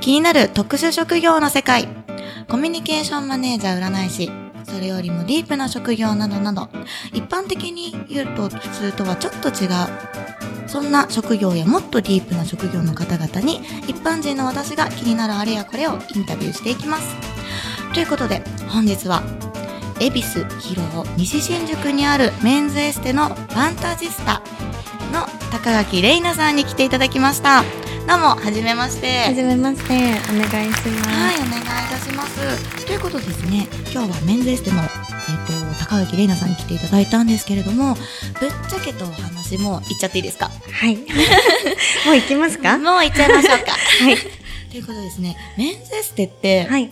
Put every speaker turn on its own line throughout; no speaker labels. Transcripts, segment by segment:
気になる特殊職業の世界コミュニケーションマネージャー占い師それよりもディープな職業などなど一般的に言うと普通とはちょっと違うそんな職業やもっとディープな職業の方々に一般人の私が気になるあれやこれをインタビューしていきますということで本日は恵比寿広尾西新宿にあるメンズエステのファンタジスタの高垣玲奈さんに来ていただきましたどうもはじめまして
はじめまして、お願いし
は
ま
い、お願いいたします。ということでですね、今日はメンズエステの、えー、と高垣玲奈さんに来ていただいたんですけれども、ぶっちゃけとお話も言っちゃっていいですか
す。はい。 もう行きますか。は
もう言っちゃいましょうか。
い。
ということでですね、メンズエステって
はい。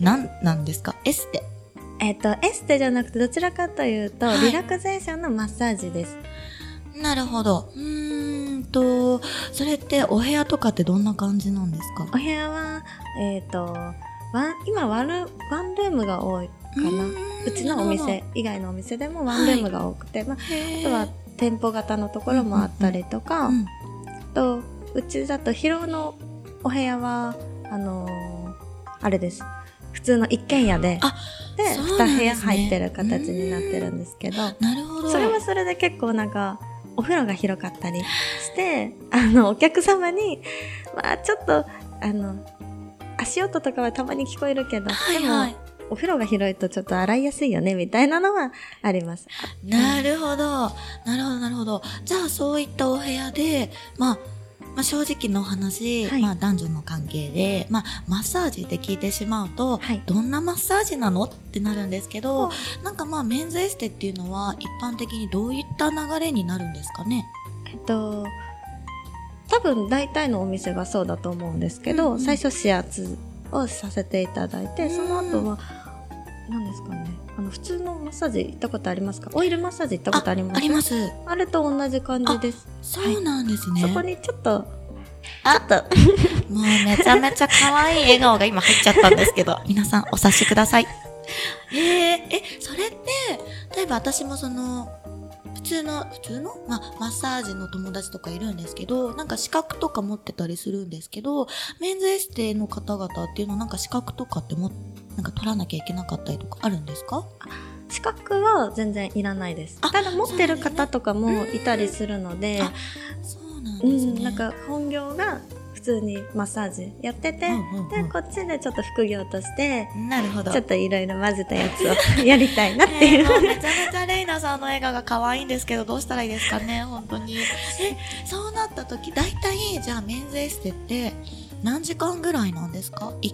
何なんですかエステ。
えっ、と、エステじゃなくて、どちらかというと、
はい
リラクゼーションのマッサージです。
なるほど。うーんと、それってお部屋とかってどんな感じなんですか
お部屋は、えっ、と、ワン、今ワル、ワンルームが多いか
う
な。
ーん
うちの
な
お
る
店以外のお店でもワンルームが多くて、まあ、
ほどへ
あ
ー
とは店舗型のところもあったりとか、
うん
と、うちだと広尾のお部屋は、あのーあれです。普通の一軒家で、
あ
で、
そうなんですね
二部屋入ってる形になってるんですけど、
なるほど。
それはそれで結構なんか、お風呂が広かったりして、 あの、お客様に、まあちょっと、あの、足音とかはたまに聞こえるけど、
はいはい
で。も、お風呂が広いとちょっと洗いやすいよね、みたいなのはあります。
なるほど。なるほど、なるほど。じゃあ、そういったお部屋で、まあ、まあ、正直のお話、
はい
まあ、男女の関係で、まあ、マッサージって聞いてしまうと、
はい
どんなマッサージなのってなるんですけど、
は
なんかまあ、メンズエステっていうのは、一般的にどういった流れになるんですかね。
えっと多分大体のお店がそうだと思うんですけど、
うんうん
最初指圧をさせていただい
う
て、
ん
その後は何ですかねあの普通のマッサージ行ったことありますかオイルマッサージ行ったことあります
あります。
あれと同じ感じです、
そうなんですね。
そこにちょっと
あと、 もうめちゃめちゃ可愛い笑顔が今入っちゃったんですけ ど、皆さんお察しください。えー、え、それって、例えば私もその、普通の、普通のまあ、マッサージの友達とかいるんですけど、なんか資格とか持ってたりするんですけど、メンズエステの方々っていうのはなんか資格とかっても、なんか取らなきゃいけなかったりとかあるんですか
資格は全然いらないです
あ
ただ持ってる方とかもいたりするので
うんあそうなん
う
ですね。
ん、なんか本業が普通にマッサージやってて、
うんうんうん
でこっちでちょっと副業として
なるほど。
ちょっといろいろ混ぜたやつを やりたいなって
ねえ
い
もう
う。
めちゃめちゃレイナさんの映画が可愛いんですけどどうしたらいいですかね本当にえそうなった時大体じゃあメンズエステって何時間ぐらいなんですかいい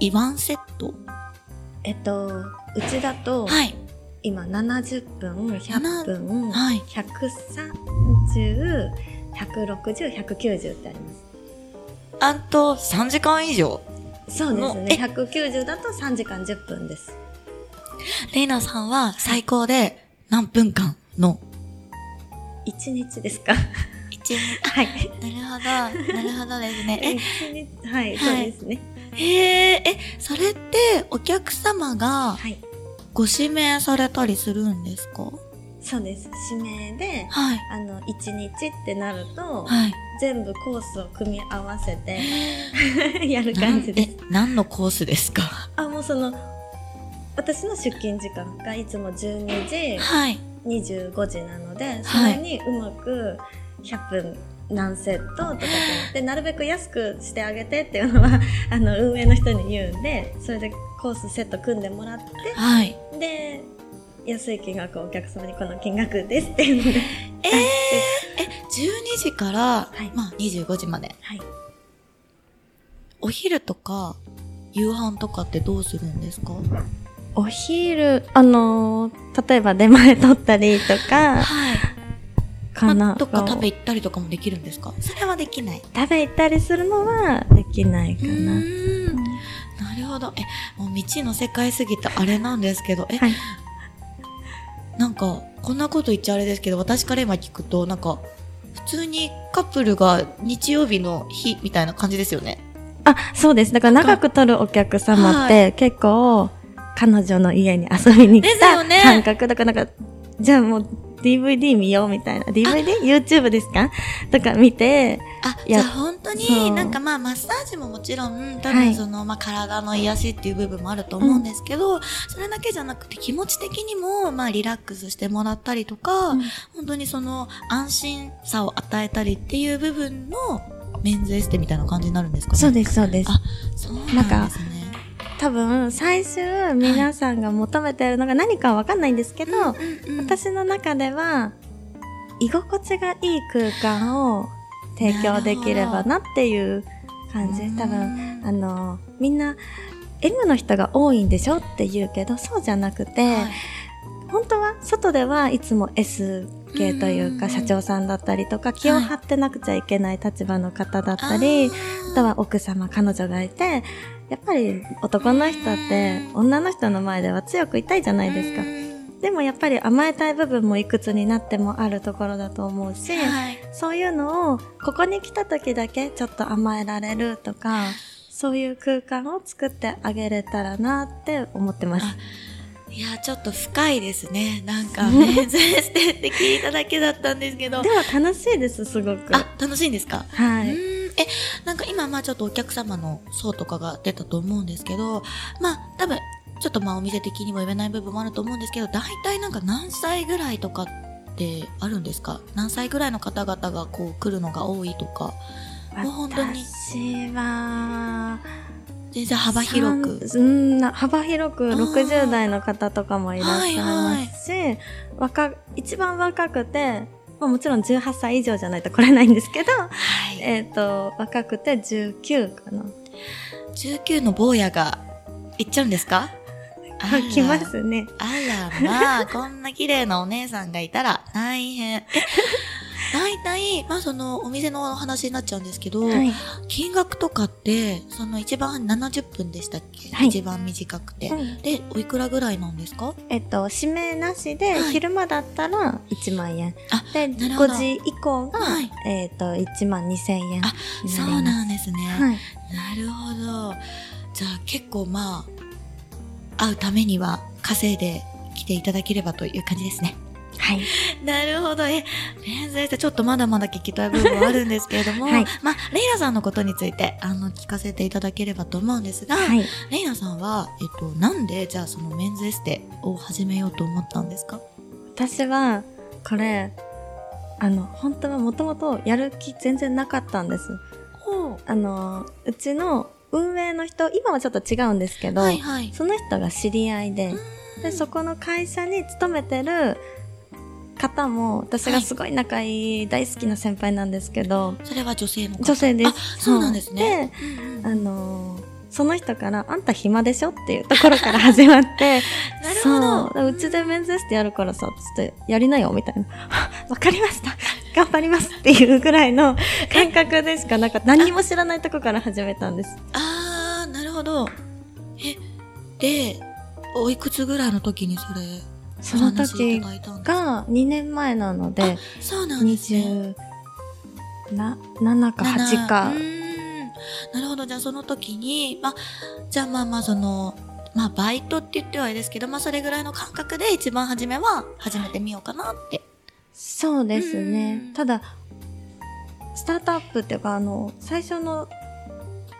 いワンセット
えっと、うちだと、
はい
今70分、100分、
はい
130、160、190ってありま
あと3時間以上
す。そうです
もう
ね。190だと3時間10分です。
レイナさんは最高で何分間の
1日ですか
一日
はい。
なるほどなるほどですねえ
一日はい、そう
はい
ですね。
へええそれってお客様が
はい。
ご指名されたりするんですか
そうです。指名で、
はい
あの、1日ってなると、
はい
全部コースを組み合わせて やる感じです。
なんえ何のコースですか
あもうその私の出勤時間がいつも12時
はい
25時なのでそれにうまく100分何セットとかってでなるべく安くしてあげてっていうのは あの運営の人に言うんでそれでコースセット組んでもらっ
はい
てで安い金額をお客様にこの金額ですっていうので、
えー、 え12時から、
はい
まあ、25時まで
はい、
お昼とか夕飯とかってどうするんですか
お昼あの例えば出前取ったりとか
はい、
か
ま
な、
あ、どっか食べ行ったりとかもできるんですかそれはできない
食べ行ったりするのはできないか
う
な。
ーんなるほどえもう未知の世界すぎてあれなんですけどえ、
はい
なんかこんなこと言っちゃあれですけど私から今聞くとなんか普通にカップルが日曜日の日みたいな感じですよね
あ、そうです。だから長く取るお客様って結構、彼女の家に遊びに来
ですよ
た
ね
感覚。だからなんか、じゃあもう DVD 見ようみたいな。DVD?YouTube ですかとか見て、
あ、じ
や
ゃあ本当
そう
に、なんかまあマッサージももちろん、多
はい
分その、まあ体の癒しっていう部分もあると思うんですけど、それだけじゃなくて気持ち的にも、まあリラックスしてもらったりとか、
うん
本当にその安心さを与えたりっていう部分のメンズエステみたいな感じになるんですかね。
そうですそうです
あそうなんですね。
多分最終皆さんが求めてるのが何かわかんないんですけど、
うんうん
私の中では居心地がいい空間を提供できればなっていう感じ多分
分
あのみんな M の人が多いんでしょって言うけどそうじゃなくて、本当は外ではいつも S 系というか、
うんうんうん
社長さんだったりとか気を張ってなくちゃいけない立場の方だったり、あとは奥様彼女がいてやっぱり男の人って
うん
女の人の前では強くいたいじゃないですか。でもやっぱり甘えたい部分もいくつになってもあるところだと思うし、
はい。
そういうのをここに来た時だけちょっと甘えられるとかそういう空間を作ってあげれたらなって思ってます。
いや、ちょっと深いですね。なんか、メンズエステって聞いただけだったんですけど。
では楽しいですすごく。
あ、楽しいんですか
は
うー
い。
んえ、なんか今、まあちょっとお客様の層とかが出たと思うんですけど、まあ多分、ちょっとまあお店的にも言えない部分もあると思うんですけど、大体なんか何歳ぐらいとかってあるんですか何歳ぐらいの方々がこう来るのが多いとか、もう本当に
私は
全然幅広く。
さんうんな幅広く
あー
60代の方とかもいらっしゃいますし、若一番若くて、まあ、もちろん18歳以上じゃないと来れないんですけど、
はい。
えっと若くて19かな
19の坊やが行っちゃうんですかあら
来ますね。
あらまあ、こんな綺麗なお姉さんがいたら大変。え大体、まあそのお店のお話になっちゃうんですけど、
はい、
金額とかって、その一番70分でしたっけ、
はい
一番短くて。で、おいくらぐらいなんですか
えっと指名なしで、
はい
昼間だったら1万円
あ
で
なるほど
5時以降が、
はい
えっと1万2千円になり
あ
ます
そうなんですね。
はい、
なるほど。じゃあ結構まあ、会うためには稼いで来ていただければという感じですね。
はい
なるほど。え、レンズエステちょっとまだまだ聞きたい部分はあるんですけれども、
はい
まあ、レイラさんのことについて、あの、聞かせていただければと思うんですが、
はい、
レイナさんは、えっと、なんで、じゃあそのメンズエステを始めようと思ったんですか
私はこれあの本当はもともとやる気全然なかったんです
ほ
あのうちの運営の人今はちょっと違うんですけど、
はいはい。
その人が知り合いででそこの会社に勤めてる方も私がすごい仲いい、大好きな先輩なんですけど
それは女性の方
女性です
あ、そうなんですね。うんうん
であのその人から「あんた暇でしょ?」っていうところから始まって
なるほど
そううちでメンズエステやるからさちょっとやりなよみたいな 「わかりま した頑張ります」っていうぐらいの 感覚でしかなんか何にも知らないとこから始めたんです
あー、なるほど。え、で、おいくつぐらいの時にそれ、
その
お話しい
時
ただいたんですか
が2年前なので
そうなんですね。
27か8か
うーんなるほど。じゃあその時に、まあ、じゃあまあまあその、まあバイトって言ってはあれですけど、まあそれぐらいの感覚で一番初めは始めてみようかなって。
そうです
う
ね
ん。
ただ、スタートアップっていうか、あの、最初の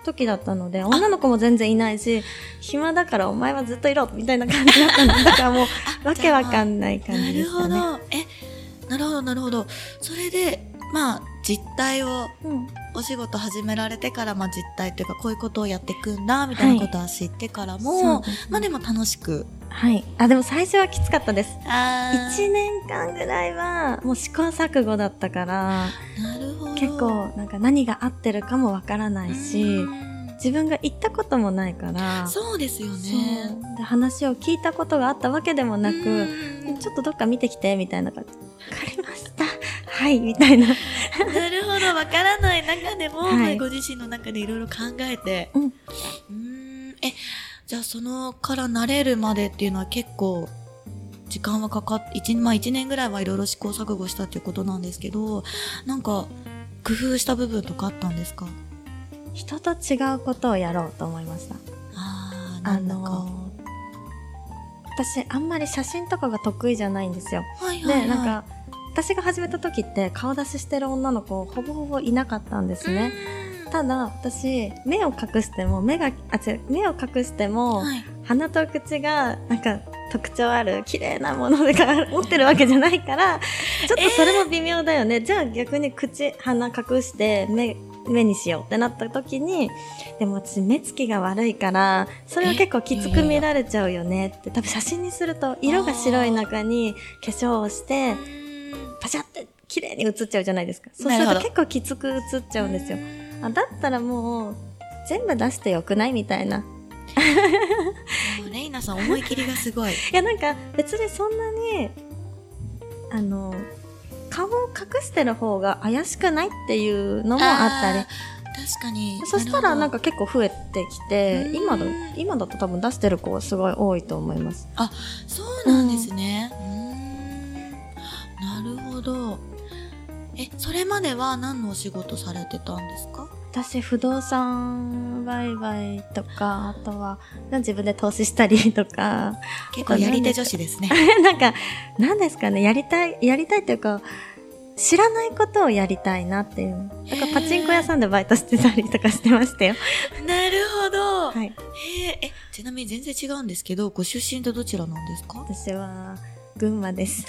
時だったので、女の子も全然いないし、暇だからお前はずっといろみたいな感じだったの。だからもう、
あ
わけわかんない感じでし
な
たね。
るほど。え、なるほど、なるほど。それで、まあ実態を、
うん
お仕事始められてから、まあ実態というかこういうことをやっていくんだ、みたいなことは知ってからも、
そうですね
まあでも楽しく。
はい。あ、でも最初はきつかったです。
あ
1年間ぐらいは、もう試行錯誤だったから、
なるほど。
結構、なんか何が合ってるかもわからな
う
いし、
ん
自分が行ったこともないから、
そうですよ
そ
ね。
うで話を聞いたことがあったわけでもなく、
うん
ちょっとどっか見てきてみたいな感じ。わかりました。 はい、みた いな。
なるほど、わからない中でも、
はい
まあご自身の中でいろいろ考えて。
うん
ーんえ、じゃあそのから慣れるまでっていうのは結構、時間はかかっ、一、まあ一年ぐらいはいろいろ試行錯誤したっていうことなんですけど、なんか、工夫した部分とかあったんですか
人と違うことをやろうと思いました。
あー、な
あ
んだか。
のー私あんまり写真とかが得意じゃないんですよ。
はい
で、
はい、はい。
なんか、私が始めた時って顔出ししてる女の子ほぼほぼいなかったんですね。ただ私目を隠しても目があ違う目を隠しても、
はい
鼻と口がなんか特徴ある綺麗なものでか持ってるわけじゃないからちょっとそれも微妙だよね、じゃあ逆に口鼻隠して目目にしようってなった時にでも私目つきが悪いからそれは結構きつく見られちゃうよねって多分写真にすると色が白い中に化粧をしてパシャって綺麗に写っちゃうじゃないですかそう
な
する
る
と
ほど
結構きつく写っちゃうんですよあだったらもう全部出してよくないみたいな
もうレイナさん思い切りがすごい。
いやなんか別にそんなにあの顔を隠してる方が怪しくないっていうのもあったり
ー確かに。
そしたらなん
か。
か結構増えてきて
うん
今だ今だと多分出してる子はすごい多いと思います
そうなんですね。うーんなるほど。え、それまでは何のお仕事されてたんですか
私不動産売買とかあとは自分で投資したりとか
結構やり手女子ですね。
なんか何ですかねやりたいやりたいっていうか知らないことをやりたいなっていうだからパチンコ屋さんでバイトしてたりとかしてましたよ
なるほど。
はい
へーえ、ちなみに全然違うんですけど、ご出身とどちらなんですか
私は群馬です。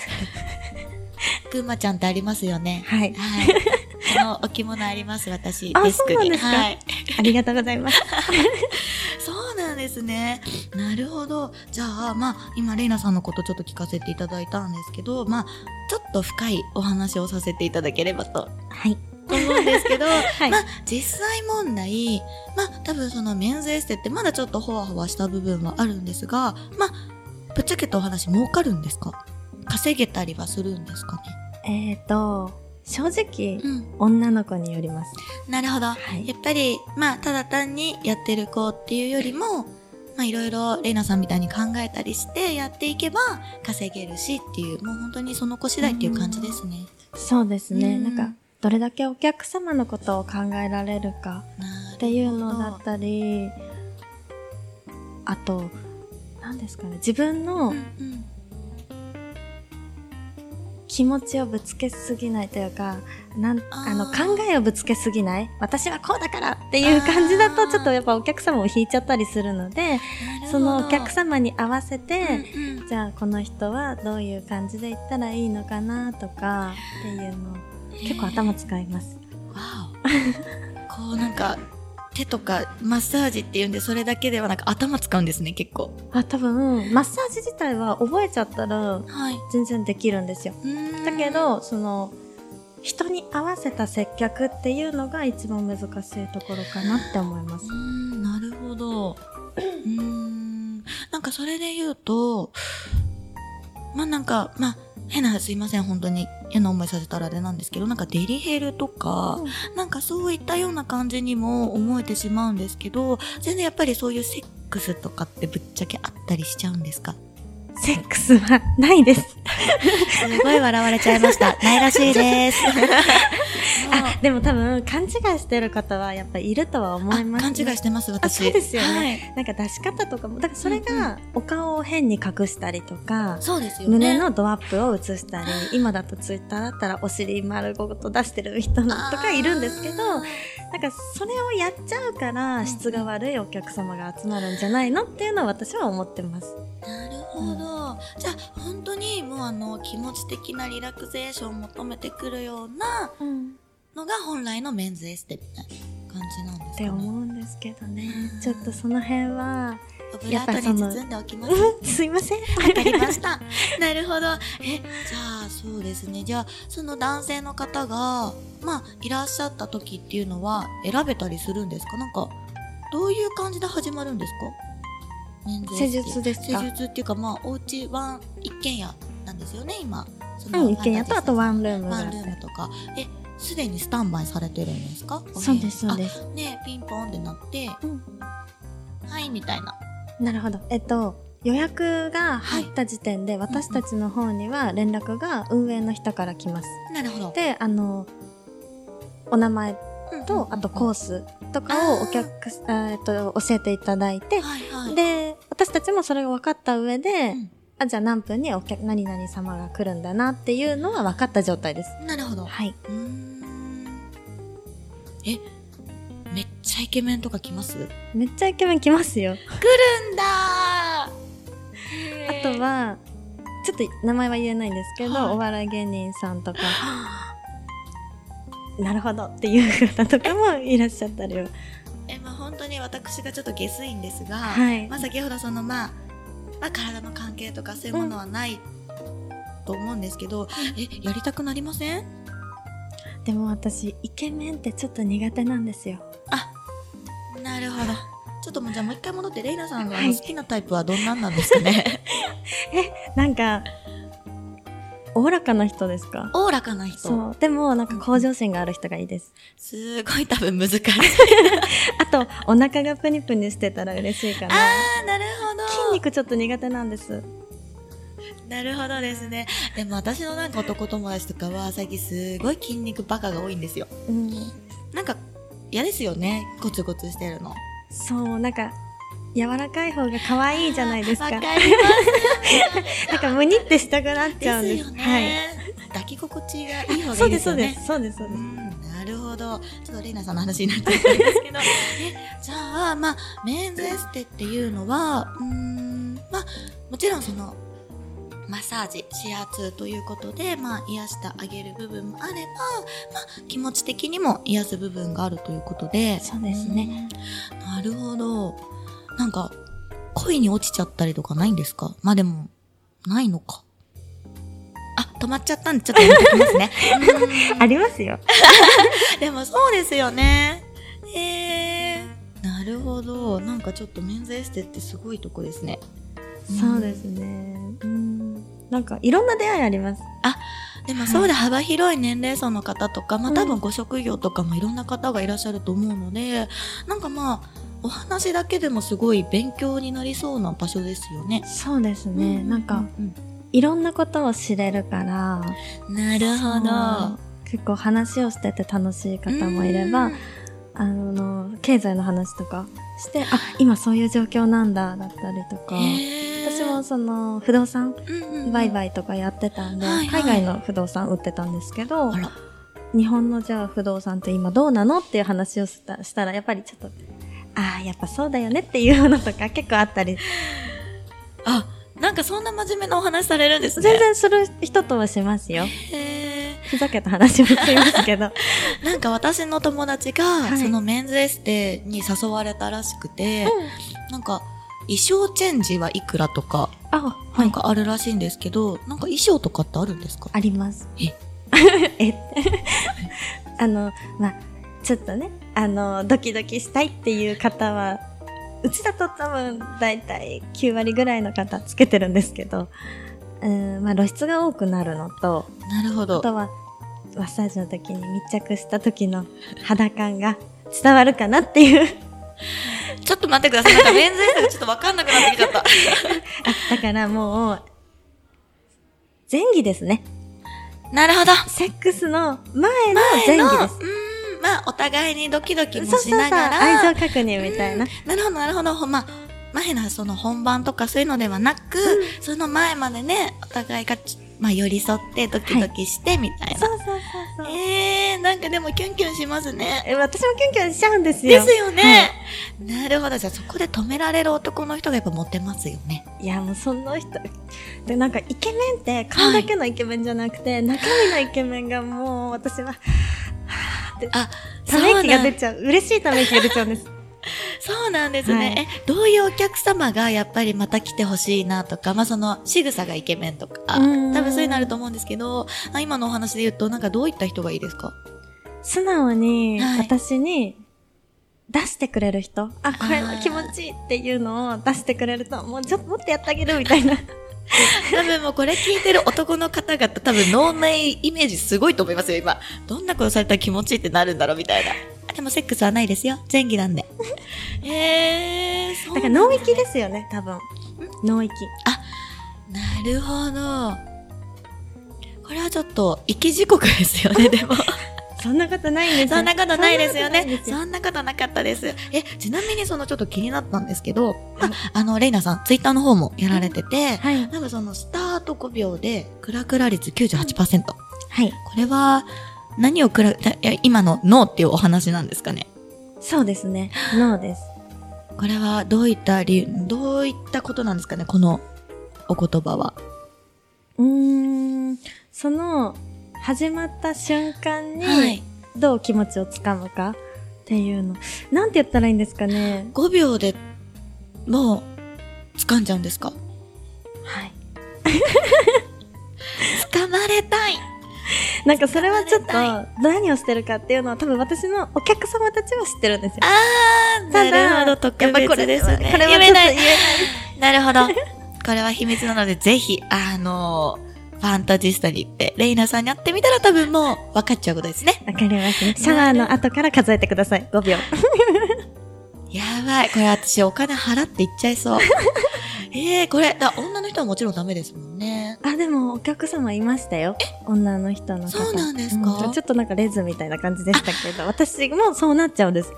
くんまちゃんってありますよね。
はい。
はい。この置物あります、私。
あ
デスク
そうなん
に。
ですか
はい。
ありがとうございます。
そうなんですね。なるほど。じゃあ、まあ、今、レイナさんのことちょっと聞かせていただいたんですけど、まあ、ちょっと深いお話をさせていただければと
はい。
思うん ですけど、
はい
まあ、実際問題、まあ、多分そのメンズエステってまだちょっとほわほわした部分はあるんですが、まあ、ぶっちゃけたお話儲かるんですか稼げたりはするんですかね
えっ、ー、と、正直、
うん。
女の子によります。
なるほど。
はい。
やっぱり、まあ、ただ単にやってる子っていうよりも、まあ、いろいろ、レイナさんみたいに考えたりしてやっていけば稼げるしっていう、もう本当にその子次第っていう感じですね。
そうですね。
うん
なんか、どれだけお客様のことを考えられるか
な
っていうのだったり、あと、何ですかね、自分の
うん
気持ちをぶつけすぎないというか、なん
あー
あの考えをぶつけすぎない私はこうだからっていう感じだ
あ
と
ー
ちょっとやっぱお客様を引いちゃったりするので、そのお客様に合わせて、
ん、うん
じゃあこの人はどういう感じで行ったらいいのかなとかっていうの結構頭使います。
わおこうなんか手とかマッサージっていうんでそれだけではなんか頭使うんですね結構
あ多分マッサージ自体は覚えちゃったら
はい
全然できるんですよ。だけどその人に合わせた接客っていうのが一番難しいところかなって思います
うー。んなるほ どうーんなんかそれで言うとまあなんかまあ変なすいません本当に変な思いさせたらあれなんですけどなんかデリヘルとか、なんかそういったような感じにも思えてしまうんですけど全然やっぱりそういうセックスとかってぶっちゃけあったりしちゃうんですか
セックスはないです。
すごい笑われちゃいま した。ないらしい です。
あでも多分勘違いしてる方はやっぱいるとは思い
あ
ます、
勘違いしてます、私。
そうですよね
はい。
なんか出し方とかもだからそれがお顔を変に隠したりとか、
そうですよね。
胸のドアップを映したり今だとツイッターだったらお尻丸ごと出してる人と
あー
かいるんですけどなんかそれをやっちゃうから質が悪いお客様が集まるんじゃないのっていうのは私は思ってます。
なるほど。じゃあ、本当にもうあの、気持ち的なリラクゼーションを求めてくるようなのが本来のメンズエステみたいな感じなんです
っ
か
て思
ね。
うんですけどねちょっとその辺は
オブラートに包んでおきます。
うんすいません。
わかりました。なるほど。え、じゃあ、そうですね。じゃあ、その男性の方が、まあ、いらっしゃった時っていうのは、選べたりするんですかなんか、どういう感じで始まるんですか免税
施
って
術ですか
施術っていうか、まあ、お家ワン、一軒家なんですよね、今。そ
うん、一軒家とあと
ワン
ワンルームが
ワ
あ
ン
っ
ル
て
ームとか。え、すでにスタンバイされてるんですか。
そうですそうですす
あねピンポンってなって、
うん
はい、みたいな。
なるほどえっと予約が入った時点で私たちの方には連絡が運営の人から来ます
なるほど。
であのお名前
うん
とあとコースとかをお客えっと教えていただいて
はいはい。
で私たちもそれを分かった上で
うん
あじゃあ何分にお客何々様が来るんだなっていうのは分かった状態です。
なるほど。
はい。
うーん。え、めっちゃイケメンとか来ます来る
めっちゃイケメン来ますよ。
んだ
あ
ー
と、は、ちょっと名前は言えないんですけど、
はい
お笑い芸人さんとか、なるほどっていう方とかもいらっしゃった りは。
え、まあ本当に私がちょっと下水んですが、
はい
まあ先ほどそのまあ、まあ体の関係とかそういうものはない、と思うんですけど、え、やりたくなりません
でも私、イケメンってちょっと苦手なんですよ。
なるほど。ちょっともうじゃあもう一回戻って、レイナさんが好きなタイプはどんなんなんですかね
なんか、おおらかな人ですか
おおらかな人。
そう。でも、なんか向上心がある人がいいです。
すごい多分難しい。
あと、お腹がプニプニしてたら嬉しいかな。
あー、なるほど。
筋肉ちょっと苦手なんです。
なるほどですね。でも私のなんか男友達とかは最近すごい筋肉バカが多いんですよ。
うん。
なんか嫌ですよね。ゴツゴツしてるの。
そう、なんか、柔らかい方が可愛いじゃないです
わ
か。
かり
な
ます。
んか、むにってしたくなっち
で
ゃうん
す
です。
よね。
はい。
抱き心地がいい方が
そ
いういで
ですす、そ
よ
う
ね。
です、そうです、そう
う
です。
んなるほど。ちょっとレイナさんの話になっちゃったんですけ ど。えじゃあ、まあ、メンズエステっていうのは、うーん、まあ、もちろんその、マッサージ、指圧ということで、まあ、癒してあげる部分もあれば、まあ、気持ち的にも癒す部分があるということで。
そうですね
うん。なるほど。なんか、恋に落ちちゃったりとかないんですかまあでも、ないのか。あ、止まっちゃったんで、ちょっとやめてき ますね。うん
ありますよ。
でもそうですよね。へえ。なるほど。なんかちょっとメンズエステってすごいとこですね。
そうですね。うん。なんか、いろんな出会いあります。
でも
い
そうで幅広い年齢層の方とか、まあ
うん
多分ご職業とかもいろんな方がいらっしゃると思うので、なんかまあ、お話だけでもすごい勉強になりそうな場所ですよね。
そうです
う
なんか、、
うん
いろんなことを知れるから。
なるほ
そう
ど。。
結構話をしてて楽しい方もいれば、
うん
あの、経済の話とかして、あ、今そういう状況なんだ、だったりとか。
へえ
私も、その、不動産売
イ。
買とかやってたんで、
はいはい
海外の不動産売ってたんですけど
あ、ら、
日本のじゃあ不動産って今どうなのっていう話をしたしたら、やっぱりちょっと、ああ、やっぱそうだよねっていうのとか結構あったり、
あ、なんかそんな真面目なお話されるんですね。
全然する人とはしますよ。
へえ。
ふざけた話もしますけど。
なんか私の友達が、
い
そのメンズエステに誘われたらしくて、なんか衣装チェンジはいくらとか、
あ、は
なん
い。
かあるらしいんですけど、なんか衣装とかってあるんですか
あります。
え
え ってあの、まあ、ちょっとね、あの、ドキドキしたいっていう方は、うちだと多分、だいたい9割ぐらいの方つけてるんですけど、うん、まあ、露出が多くなるのと、
なるほ
あ
ど。
とは、マッサージの時に密着した時の肌感が伝わるかなって いう。
ちょっと待ってください。なんかメンズエステがちょっとわかんなくなってきちゃった。
あ、だからもう、前儀ですね。
なるほど。
セックスの前の前
のう
儀です。
ーん、まあお互いにドキドキ
そう
も
そう
し
そう
ながら、
愛情確認みたいな。
なるほど、なるほど。ほんまあ、前のその本番とかそういうのではなく、その前までね、お互いがち、まあ寄り添ってドキドキしてみたいな。
そうそうそうそう。
えー、なんかでもキュンキュンしますね。
え私もキュンキュンしちゃうんです
で
よ。
すよね、なるほど。じゃあそこで止められる男の人がやっぱモテますよね。
いや、もうその人。で、なんかイケメンって顔だけのイケメンじゃなくて、中身のイケメンがもう私は、はぁって
あ、
ため息が出
ゃ
ちゃう。嬉しいため息が出ちゃうんです。
そうなんですね、
は
え、どういうお客様がやっぱりまた来てほしいなとか、まあその仕草がイケメンとか、多
うん
分そういうのあると思うんですけど、あ今のお話で言うとなんかどういった人がいいですか
素直に
はい
私に出してくれる人、あ、これ
あー
の気持ちいいっていうのを出してくれると、もうちょっともっとやってあげるみたいな。
多分もうこれ聞いてる男の方々多分脳内イメージすごいと思いますよ、今。どんなことされたら気持ちいいってなるんだろうみたいな。あでもセックスはないですよ。前儀 なんで。えー、そうな
だか
ん
ら
だ
脳域ですよね、多分。脳域。
なるほど。これはちょっと、生き時刻ですよね、でも。
そんなことないんですよ
そんなことないですよ
そんな
ね
こ。とない
そんなことなかったです。え、ちなみにそのちょっと気になったんですけど、まあ、あの、レイナさん、ツイッターの方もやられてて、
はい。
なんかそのスタート5秒で、クラクラ率98%。こ
はい。
れは、何をクラ、いや今の脳っていうお話なんですかね。
そうですね。ノーです。
これはどういった理由、どういったことなんですかね、このお言葉は。
うーん。その、始まった瞬間に、
はい。
どう気持ちをつかむかっていうの。なんて言ったらいいんですかね。
5秒でもう、掴んじゃうんですか
はい。
掴まれたい
なんかそれはちょっと
は、
何をしてるかっていうのは多分私のお客様たちは知ってるんですよ。
あー、
ただ
なるほど、
や
特
っぱりこ
別
れ
ですね。
これはちょっと言えない。
なるほど。これは秘密なので、ぜひ、あのーファンタジスタに行って、レイナさんに会ってみたら多分もう分かっちゃうことですね。
わかり ますね。シャワーの後から数えてください。5秒。
やばい。これ私お金払って行っちゃい そう。ええこれ、だ女の人はもちろんダメですもんね。
あ、でもお客様いましたよ。女の人の方。
そうなんですか
うんちょっとなんかレズみたいな感じでしたけど、私もそうなっちゃうんです。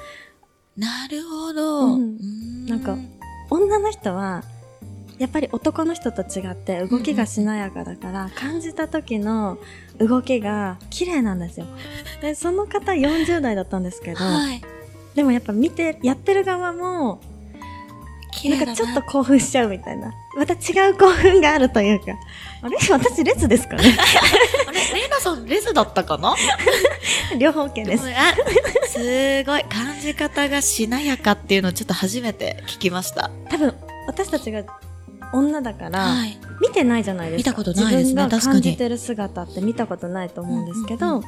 なるほど。
うん
ん
なんか女の人は、やっぱり男の人と違って動きがしなやかだから、感じた時の動きが綺麗なんですよ。で、その方40代だったんですけど、
はい。
でもやっぱ見て、やってる側も、
綺
な
麗
ん
だ
かちょっと興奮しちゃうみたいな。また違う興奮があるというか。あれ私列ですかね
あれ、レイナさんレズだったかな
両方 OK です。
あすごい。感じ方がしなやかっていうのをちょっと初めて聞きました。
多分、私たちが女だから、
はい。
見てないじゃないですか。
見たことないですね
自分が
確かに
感じてる姿って見たことないと思うんですけど、
うんうん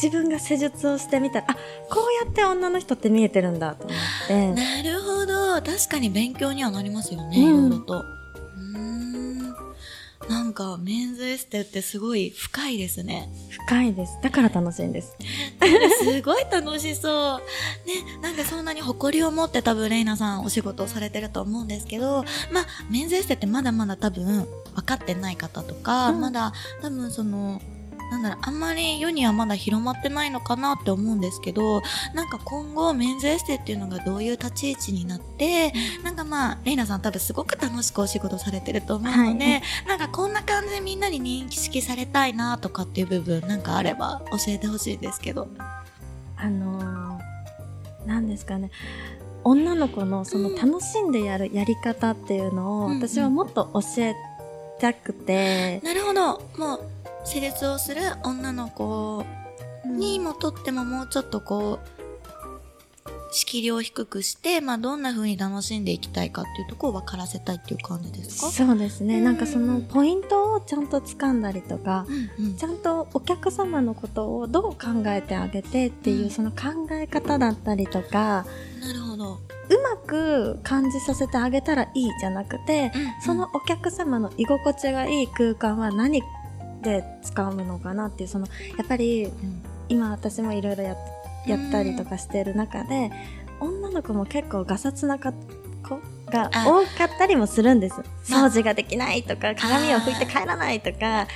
自分が施術をしてみたら、あ、こうやって女の人って見えてるんだと思って、
なるほど確かに勉強にはなりますよね、
うん
いろいろとうーんなんかメンズエステってすごい深いですね
深いです。だから楽しいんです。
すごい楽しそうねなんかそんなに誇りを持って多分レイナさんお仕事をされてると思うんですけどまあメンズエステってまだまだ多分分かってない方とか、
うん
まだ多分そのなんだろうあんまり世にはまだ広まってないのかなって思うんですけどなんか今後メンズエステっていうのがどういう立ち位置になってなんかまあレイナさん多分すごく楽しくお仕事されてると思うので、
は
なんかこんな感じでみんなに認識されたいなとかっていう部分なんかあれば教えてほしいんですけど
あのー、なんですかね。女の子のその
うん
楽しんでやるやり方っていうのを
うんうん
私はもっと教えたくて、
なるほどもう施術をする女の子にもとってももうちょっとこう仕切りを低くして、まあ、どんな風に楽しんでいきたいかっていうところを分からせたいっていう感じですか
そうですね、
うん
なんかそのポイントをちゃんと掴んだりとか、
うんうん
ちゃんとお客様のことをどう考えてあげてっていううんその考え方だったりとか
なるほど、
うまく感じさせてあげたらいいじゃなくてそのお客様の居心地がいい空間は何で使うのかなっていうそのやっぱり
うん
今私もいろいろややったりとかしてる中で女の子も結構ガサツなか子が
あ
多かったりもするんです
まあ
掃除ができないとか鏡を拭いて帰らないとか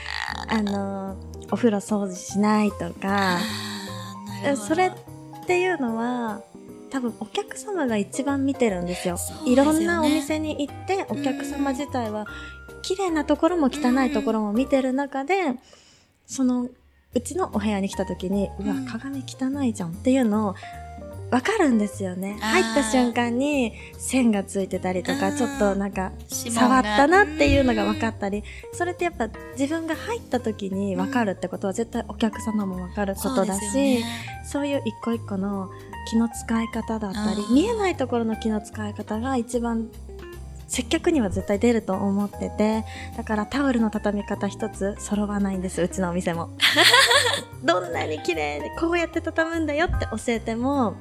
あのお風呂掃除しないとか
あーなるほど
それっていうのは多分お客様が一番見てるんですよ
そうですよね
いろんなお店に行ってお客様自体は綺麗なところも汚いところも見てる中でそのうちのお部屋に来た時にうわ
うん
鏡汚いじゃんっていうのをわかるんですよね
あー
入った瞬間に線がついてたりと
あ
か
ー
ちょっとなんか
指紋
触
が
ったなっていうのが分かったりそれってやっぱ自分が入った時に分かるってことは絶対お客様も分かること
そうで
だし、
すよね
そういう一個一個の気の使い方だったり
あー
見えないところの気の使い方が一番接客には絶対出ると思っててだからタオルの畳み方一つ揃わないんですうちのお 店もどんなに綺麗にこうやって畳むんだよって教えても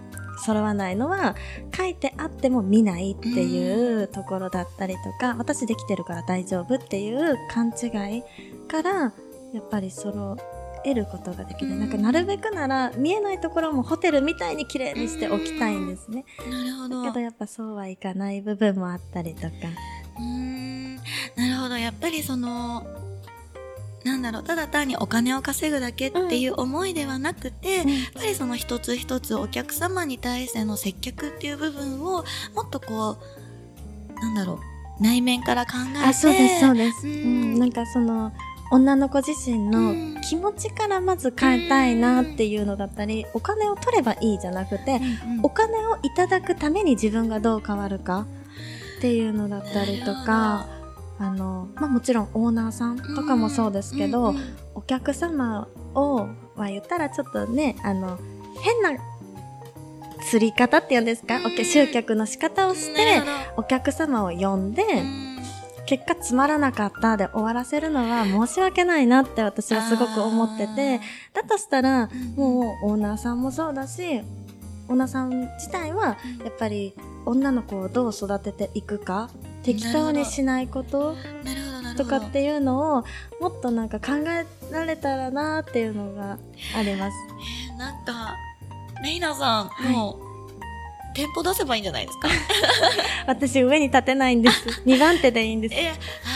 揃わないのは書いてあっても見ないっていうところだったりとか私できてるから大丈夫っていう勘違いからやっぱり揃えることができない、
うん
なんかなるべくなら見えないところもホテルみたいに綺麗にしておきたいんですね、
なるほど
けどやっぱそうはいかない部分もあったりとか
うーんなるほどやっぱりそのなんだろう、ただ単にお金を稼ぐだけっていう思いではなくて、やっぱりその一つ一つお客様に対しての接客っていう部分を、もっとこう、なんだろう、内面から考えて。
あそうですそうです、
う
うんんなんかその女の子自身
うん
の気持ちからまず変えたいなっていうのだったり、お金を取ればいいじゃなくて、
うんうん
お金をいただくために自分がどう変わるかっていうのだったりとかあの、まあ、もちろんオーナーさんとかもそうですけど、
うんうん
お客様を、まあ、言ったらちょっとねあの変な釣り方っていうんですか、
うん
お客集客の仕方をし
な
て
るほど
お客様を呼んで、
うん
結果つまらなかったで終わらせるのは申し訳ないなって私はすごく思ってて、だとしたら
あー、
もうオーナーさんもそうだしオーナーさん自体は
うん
やっぱり女の子をどう育てていくか適当にしないこと
なるほどなるほど
とかっていうのをもっとなんか考えられたらなっていうのがあります。
えーなんかレイナさん、
い
もう店舗出せばいいんじゃないですか
私上に立てないんです。2番 手でいいんです。
え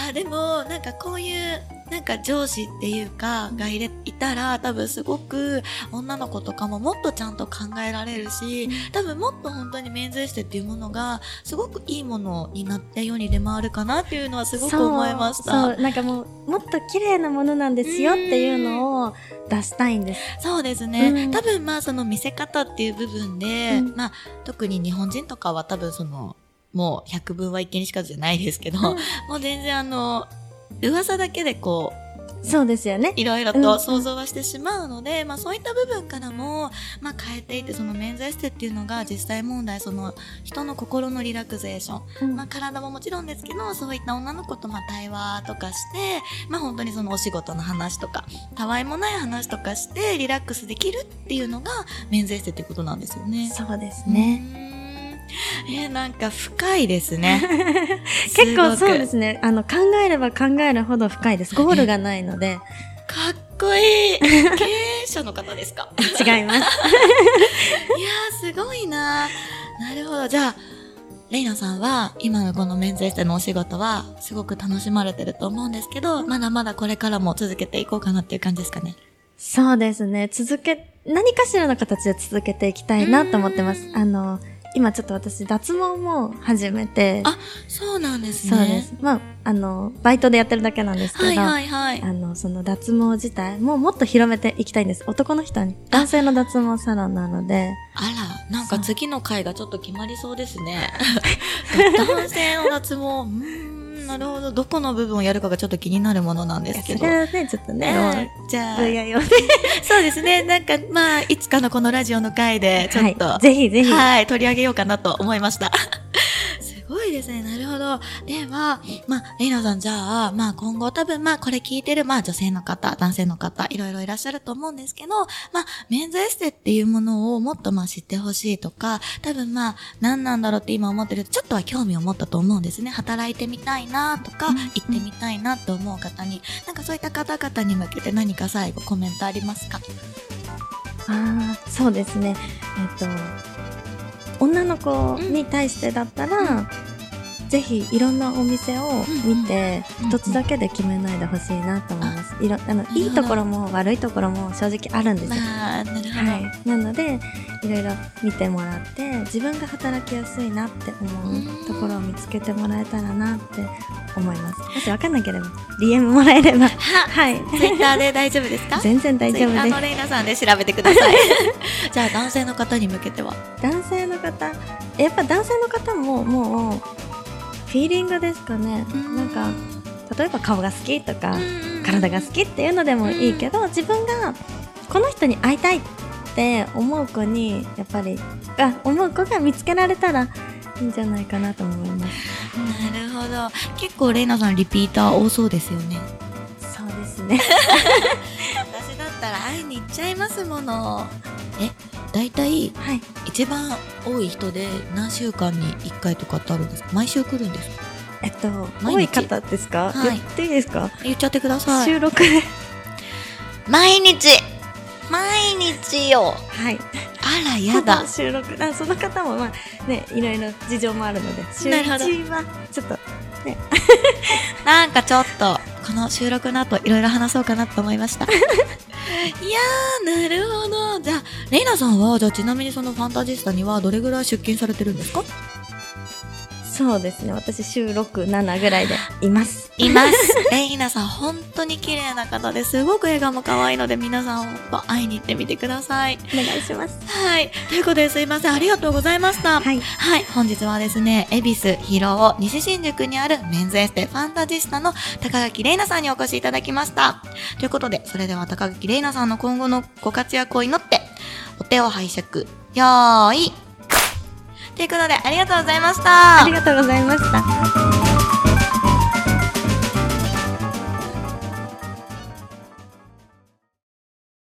あーでもなんかこういうなんか上司っていうかがいれいたら多分すごく女の子とかももっとちゃんと考えられるし多分もっと本当に免税してっていうものがすごくいいものになって世に出回るかなっていうのはすごく思いました
そ
そう
そうなんかもうもっと綺麗なものなんですよっていうのを出したいんです。
うですね、
うん
多分まあその見せ方っていう部分で、
うん
まあ特に日本人とかは多分そのもう百聞は一見にしかずじゃないですけど、もう全然あの、噂だけでこう、
そうですよね。
いろいろ
うんう
と
ん
想像はしてしまうので、まあそういった部分からも、まあ変えていって、その免罪してっていうのが実際問題、その人の心のリラクゼーション、
うん
まあ体ももちろんですけど、そういった女の子とまあ対話とかして、まあ本当にそのお仕事の話とか、たわいもない話とかしてリラックスできるっていうのが免罪してっていうことなんですよね。
そうですね。
うーん。えーなんか深いですね。
結構そうですすね。あの、考えれば考えるほど深いです。ゴールがないの で。
ごく。かっこ いい。経営者の方ですかい
違います。
やー、すごいななるほど。じゃあ、レイナさんは、今のこのメンズエステのお仕事は、すごく楽しまれてると思うんですけど、まだまだこれからも続けていこうかなっていう感じですかね。
そうですね。続け、何かしらの形で続けていきたいなと思ってます
う。ん
あの、今ちょっと私、脱毛も始めて。
あそうなんですね。
そうです。。まあ、あの、バイトでやってるだけなんですけど。
はいはいはい。
あの、その脱毛自体ももっと広めていきたいんです。男の人に。男性の脱毛サロンなので。
あら、なんか
そう
次の回がちょっと決まりそうですね。男性の脱毛、うーん、なるほど。どこの部分をやるかがちょっと気になるものなんです
そ
け
れ
ど。
はね、ちょっとね、
えーじゃあ、
分野用で。
そうですね。なんか、まあ、いつかのこのラジオの回で、ちょっと、
は
はいい、
ぜひぜひ。
取り上げようかなと思いました。 すごいですね。なるほど。では、まあ、レイナさん、じゃあ、まあ、今後多分、まあ、これ聞いてる、まあ、女性の方、男性の方、いろいろいらっしゃると思うんですけど、まあ、メンズエステっていうものをもっと、まあ、知ってほしいとか、多分、まあ、何なんだろうって今思ってると、ちょっとは興味を持ったと思うんですね。働いてみたいなとか、
うん
行ってみたいなと思う方に、なんかそういった方々に向けて何か最後コメントありますか
ああそうですねえっと女の子に対してだったら、ぜひいろんなお店を見て
うんうん
一つだけで決めないでほしいなと思います、いろあの
ほど
いいところも悪いところも正直あるんですよ、
まあ、なるほど。
はい、なのでいろいろ見てもらって自分が働きやすいなって思うところを見つけてもらえたらなって思いますもし分かんなければ DM もらえればはい
ツイッターで大丈夫です か
全然大丈
ツイ
夫
ッタ
で
ー
す
のレイナさんで調べてくださ い。じゃあ男性の方に向けては。
男性の方やっぱ男性の方ももうフィーリングですかねなんか例えば顔が好きとか体が好きっていうのでもいいけど自分がこの人に会いたいって思う子にやっぱりが思う子が見つけられたらいいんじゃないかなと思います
なるほど。結構レイナさんリピーター多そうですよね。
そうですね
私だったら会いに行っちゃいますもの。え、だいたい
はい
一番多い人で何週間に1回とかってあるんですか毎週来るんですか
えっと多
毎
い
日
方ですか、
はい
言っていいですか、
言っちゃってください。
収録で
毎日毎日よ
はい。
あら、やだ
収録あその方もまあねいろいろ事情もあるので週
なるほど
1はちょっと
なんかちょっと、この収録の後いろいろ話そうかなと思いました いやーなるほどじゃあレイナさんはじゃあちなみにそのファンタジスタにはどれぐらい出勤されてるんですか
そうですね私週67ぐらいでいます
います レイナさん本当に綺麗な方ですごく笑顔も可愛いので皆さん本当会いに行ってみてください
お願いします
はいということですいませんありがとうございました
はい
はい、本日はですね、恵比寿広尾西新宿にあるメンズエステファンタジスタの高垣玲奈さんにお越しいただきました。ということで、それでは高垣玲奈さんの今後のご活躍を祈って、お手を拝借、よーい。ということで、ありがとうございました。
ありがとうございました